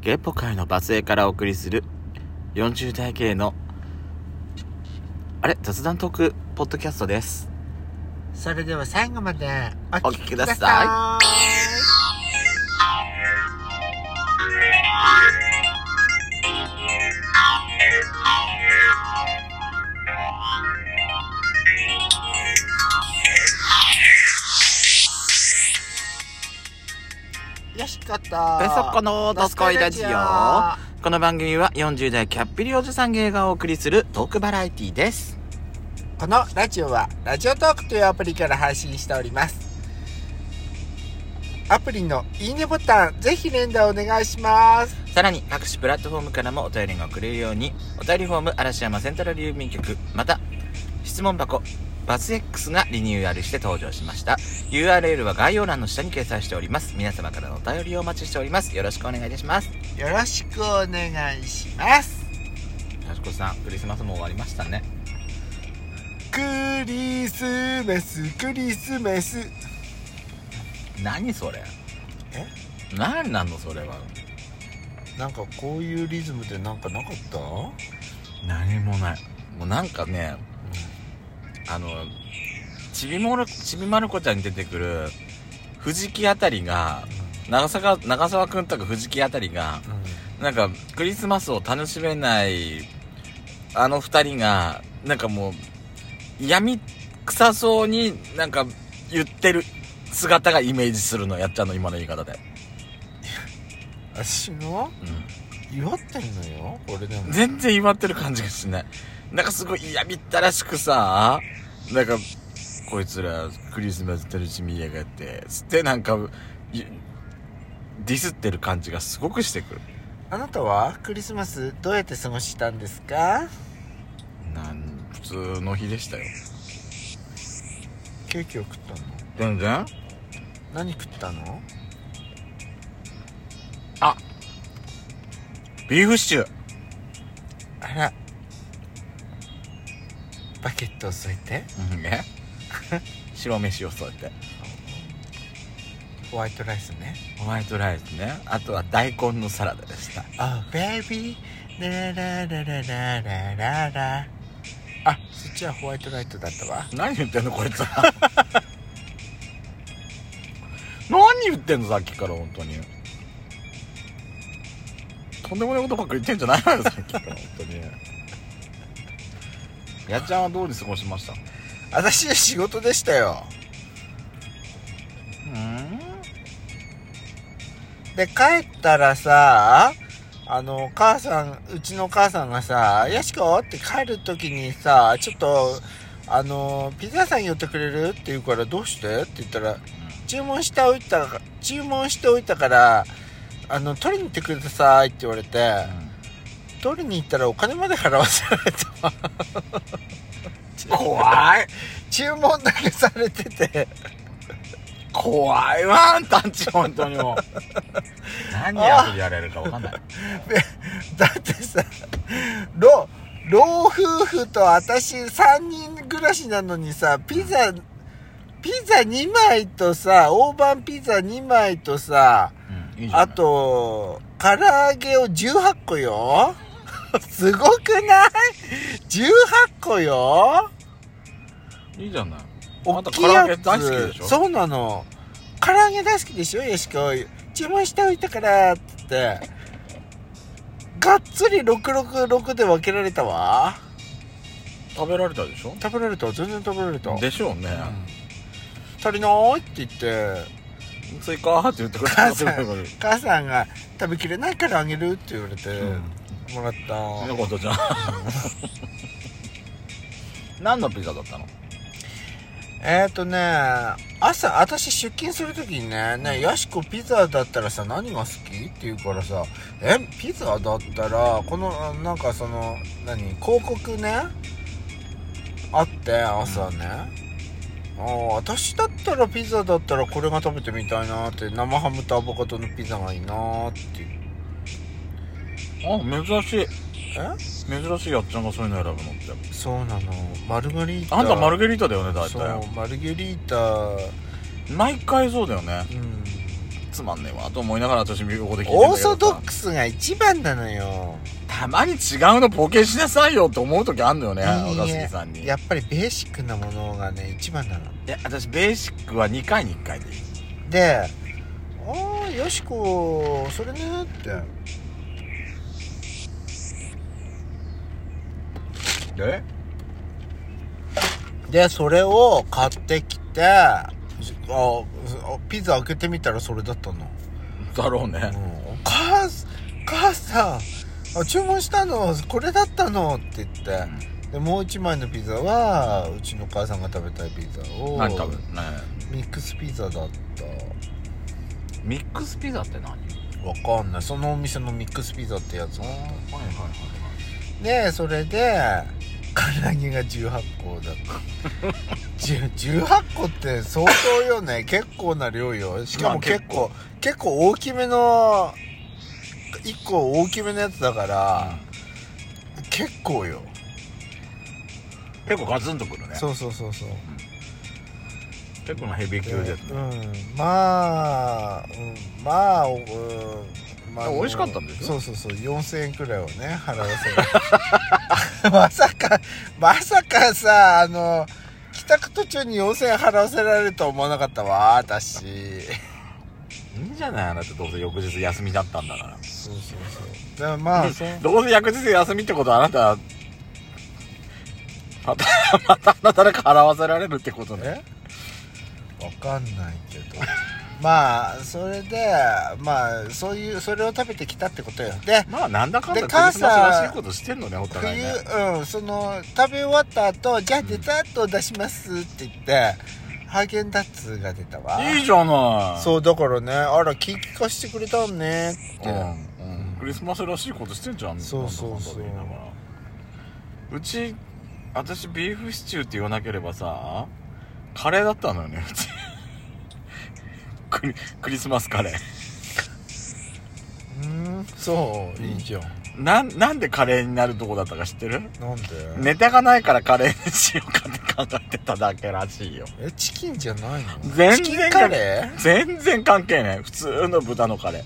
ゲポ界のバスへからお送りする40代系のあれ雑談トークポッドキャストですそれでは最後までおお聞聞ききくくだだささいい。よしこと。ペペソコのドスコイラジオこの番組は40代キャッピリおじさん芸がお送りするトークバラエティですこのラジオはラジオトークというアプリから配信しておりますアプリのいいねボタンぜひ連打お願いしますさらに各種プラットフォームからもお便りが送れるようにお便りフォーム嵐山セントラル郵便局また質問箱バス X がリニューアルして登場しました URL は概要欄の下に掲載しております皆様からのお便りをお待ちしておりますよろしくお願いいたしますよろしくお願いしますやしこさんクリスマスも終わりましたねクリスマスクリスマス何それえ何なのそれはなんかこういうリズムでなんかなかった何もないもうなんかねあのちびもろちびまる子ちゃんに出てくる藤木あたりが長坂長澤君とか藤木あたりがなんかクリスマスを楽しめないあの二人がなんかもう闇臭そうになんか言ってる姿がイメージするのやっちゃんの今の言い方で、私のうん、祝ってんのよこれでも全然祝ってる感じがしない。なんかすごい嫌みったらしくさ、なんか、こいつらクリスマス楽しみやがって、つってなんか、いディスってる感じがすごくしてくる。あなたはクリスマスどうやって過ごしたんですかなん、普通の日でしたよ。ケーキを食ったの全然何食ったのビーフシチュー。あらバケットを添えてうんね。 白飯を添えて。ホワイトライスねホワイトライスね。あとは大根のサラダでした。あベイビーララララララララあそっちはホワイトライトだったわ何言ってんのこいつ は。何言ってんのさっきから本当に。とんでもないことばっかり言ってんじゃないのよさっきから本当 に。やっちゃんはどうに過ごしました私は仕事でしたようんで帰ったらさあの母さんうちの母さんがさ「よしこ」って帰る時にさちょっとあのピザ屋さん寄ってくれるって言うから「どうして?」って言ったら「注文しておいた注文しておいたからあの取りに行ってください」って言われて取りに行ったらお金まで払わされたわ怖い注文だけされてて怖いわあんたんち本当に もう何やってやられるか分かんないだってさ老老夫婦と私3人暮らしなのにさピザピザ2枚とさ大判ピザ2枚とさうんいいじゃないあと唐揚げを18個よすごくない ?18 個よいいじゃないあ大んたき唐い揚げやつ大好きでしょそうなの唐揚げ大好きでしょよしこ注文しておいたからって言ってがっつり666で分けられたわ食べられたでしょ食べられた全然食べられたでしょうね、足りないって言って追加って言ってくれ母さん食べ られる母さんが食べきれないからあげるって言われて、もらったよかったじゃん何のピザだったのえっ、ー、とね朝私出勤する時にね「ねやしこピザだったらさ何が好き?」って言うからさ「えピザだったらこのなんかその何広告ねあって朝ね、ああ私だったらピザだったらこれが食べてみたいなって生ハムとアボカドのピザがいいなってあ珍しいえ珍しいやっちゃんがそういうの選ぶのってそうなのマルガリータあんたマルゲリータだよね大そう体マルゲリータ毎回そうだよねうんつつまんねえわと思いながら私も横で聞いてんだけどオーソドックスが一番なのよたまに違うのボケしなさいよって思う時あんのよねいいえ若杉さんにいややっぱりベーシックなものがね一番なの私ベーシックは2回に1回でいいで「ああよしこそれね」ってえでそれを買ってきてあピザ開けてみたらそれだったの、だろうねうん、お母さん母さんあ注文したのこれだったのって言ってでもう一枚のピザはうちの母さんが食べたいピザを何食べるねミックスピザだったミックスピザって何わかんないそのお店のミックスピザってやつはいはいでそれで唐揚げが18個だった 10 18個って相当よね結構な量よしかまもあ結結構結構大きめの1個大きめのやつだから、結構よ結構ガツンとくるねそうそうそうそう結構なヘビー級ですねうんまあ、うん、まあ、うん、まあいや美味しかったんでしょそうそうそう4000円くらいをね払わせる まさかまさかさあの帰宅途中に4000円払わせられるとは思わなかったわ私いいんじゃないあなたどうせ翌日休みだったんだかそうそうそうでもまあそうらどうせ翌日休みってことはあなた またまたあなたなんか払わせられるってことねえわかんないけどまあそれでまあそういうそれを食べてきたってことよでまあなんだかんだでクリスマ母スさんらしいことしてんのねお互いね冬、うん、その食べ終わった後じゃあデザートを出しますって言って、ハーゲンダッツが出たわいいじゃないそうだからねあら気利かしてくれたんねって、うんクリスマスらしいことしてんじゃんそうそうそうなんだかんだで言いながらうち私ビーフシチューって言わなければさカレーだったのよねうち クリクリスマスカレーうんそういいじゃん、なんなんでカレーになるとこだったか知ってるなんで、ネタがないからカレーにしようかって考えてただけらしいよえチキンじゃないの全然チキンカレ全然関係ない普通の豚のカレーー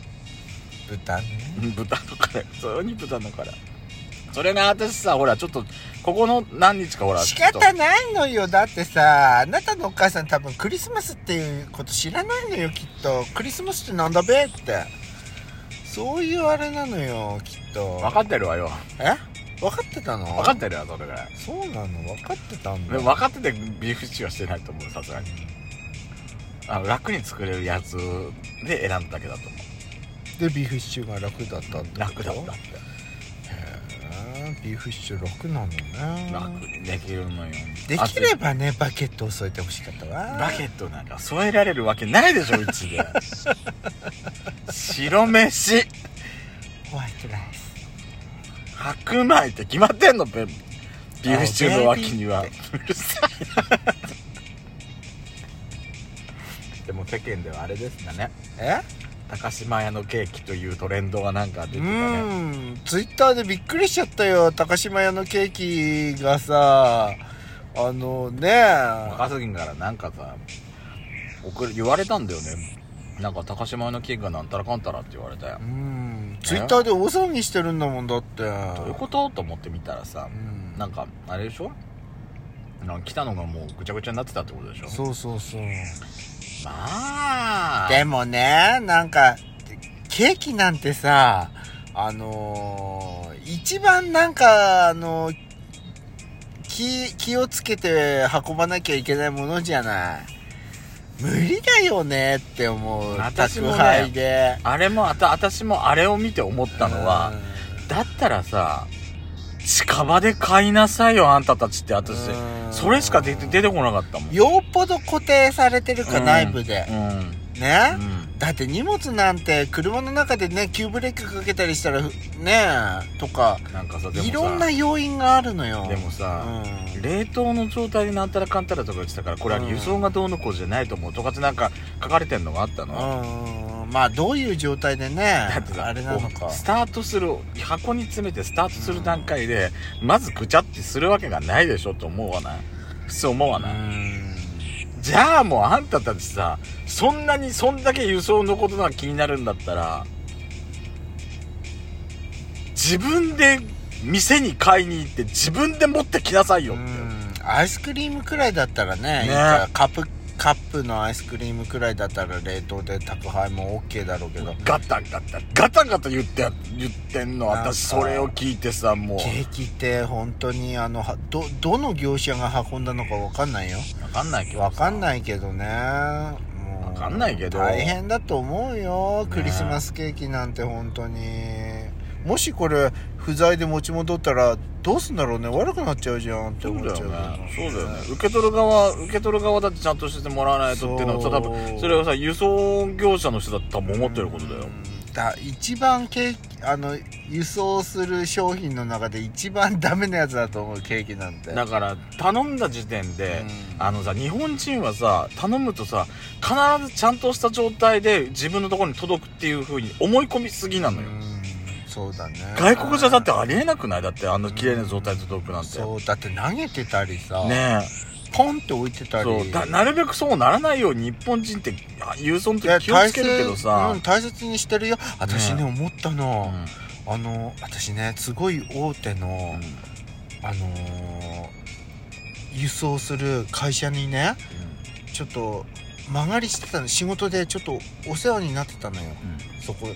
豚ねうん豚のカレー普通に豚のカレーそれが私さほらちょっとここの何日かほら仕ちょっと方ないのよだってさあなたのお母さん多分クリスマスっていうこと知らないのよきっとクリスマスってなんだべってそういうあれなのよきっと分かってるわよえ分かってたの分かってるわそれぐらいそうなの分かってたんだでも分かっててビーフシチューはしてないと思うさすがにあの楽に作れるやつで選んだだけだと思でビーフシチューが楽だったう楽だっへたってえビーフシチュー楽なのね楽にできるのよできればねバケットを添えてほしかったわバケットなんか添えられるわけないでしょうちで白飯ホワイトライス白米って決まってんのペンビーフシチューの脇にはあうベるさいなでも世間ではあれですかねえ高島屋のケーキというトレンドがなんか出てうたねんツイッターでびっくりしちゃったよ高島屋のケーキがさあのね若杉からなんかさ送る言われたんだよねなんか高島屋のケーキがなんたらかんたらって言われたようんツイッターで大騒ぎしてるんだもんだってどういうことと思ってみたらさうんなんかあれでしょなんか来たのがもうぐちゃぐちゃになってたってことでしょそうそうそうまあでもねなんかケーキなんてさあのー一番なんかあのー気気をつけて運ばなきゃいけないものじゃない無理だよねって思う私もね宅配であれもあた私もあれを見て思ったのはだったらさ近場で買いなさいよあんたたちって私うんそれしか出て出てこなかったもんよっぽど固定されてるか、うん内部でうん、ね、うんだって荷物なんて車の中でね急ブレーキかけたりしたらふねえとかなんかさでもさいろんな要因があるのよでもさ、うん冷凍の状態でなんたらかんたらとか言ってたからこれは輸送がどうのこうじゃないと思うとかってなんか書かれてんのがあったの、うんまあどういう状態でねだってさあれなのこかうスタートする箱に詰めてスタートする段階で、まずぐちゃってするわけがないでしょと思わない普通思わうない、んじゃあもうあんたたちさそんなにそんだけ輸送のことが気になるんだったら自分で店に買いに行って自分で持ってきなさいようって、んアイスクリームくらいだったらねねいいからカップカップのアイスクリームくらいだったら冷凍で宅配も OK だろうけどガタンガタンガタンガタン言って言ってんのなんか私それを聞いてさもケうーキって本当にあのはどどの業者が運んだのか分かんないよ分かんないけど分かんいないけどねもうわかんないけど大変だと思うよ、ねクリスマスケーキなんて本当にもしこれ不在で持ち戻ったらどうすんだろうね悪くなっちゃうじゃんってそう思っだちゃうよねそうだよね受け取る側受け取る側だってちゃんとしてもらわないとっていうのはそさう多分それはさ輸送業者の人だったらもう思ってることだようんだ一番ケーキあの輸送する商品の中で一番ダメなやつだと思うケーキなんてだから頼んだ時点で、うんあのさ日本人はさ頼むとさ必ずちゃんとした状態で自分のところに届くっていうふうに思い込みすぎなのよ、うんそうだね外国じゃだってありえなくないだってあの綺麗な状態で届くなんて、そうだって投げてたりさ、ねポンって置いてえたりそうだなるべくそうならないように日本人ってあ郵送のいや時気をつけるけどさ、大切,、うん、大切にしてるよ私ねね思ったの、うんあの私ねすごい大手の、あのー輸送する会社にねちょっと曲がりしてたの仕事でちょっとお世話になってたのようんそこ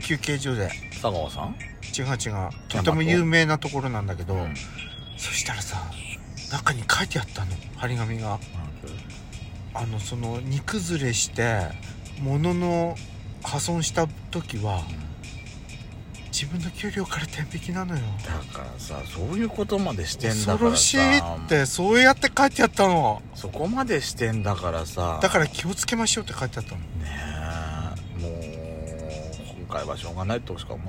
休憩所で佐川さん違う違うとても有名なところなんだけど、うんそしたらさ中に書いてあったの張り紙があのその煮崩れして物の破損した時は自分の給料から天引きなのよだからさそういうことまでしてんだからさ恐ろしいってそうやって書いてあったのそこまでしてんだからさだから気をつけましょうって書いてあったのねえもう今回はしょうがないとしか思え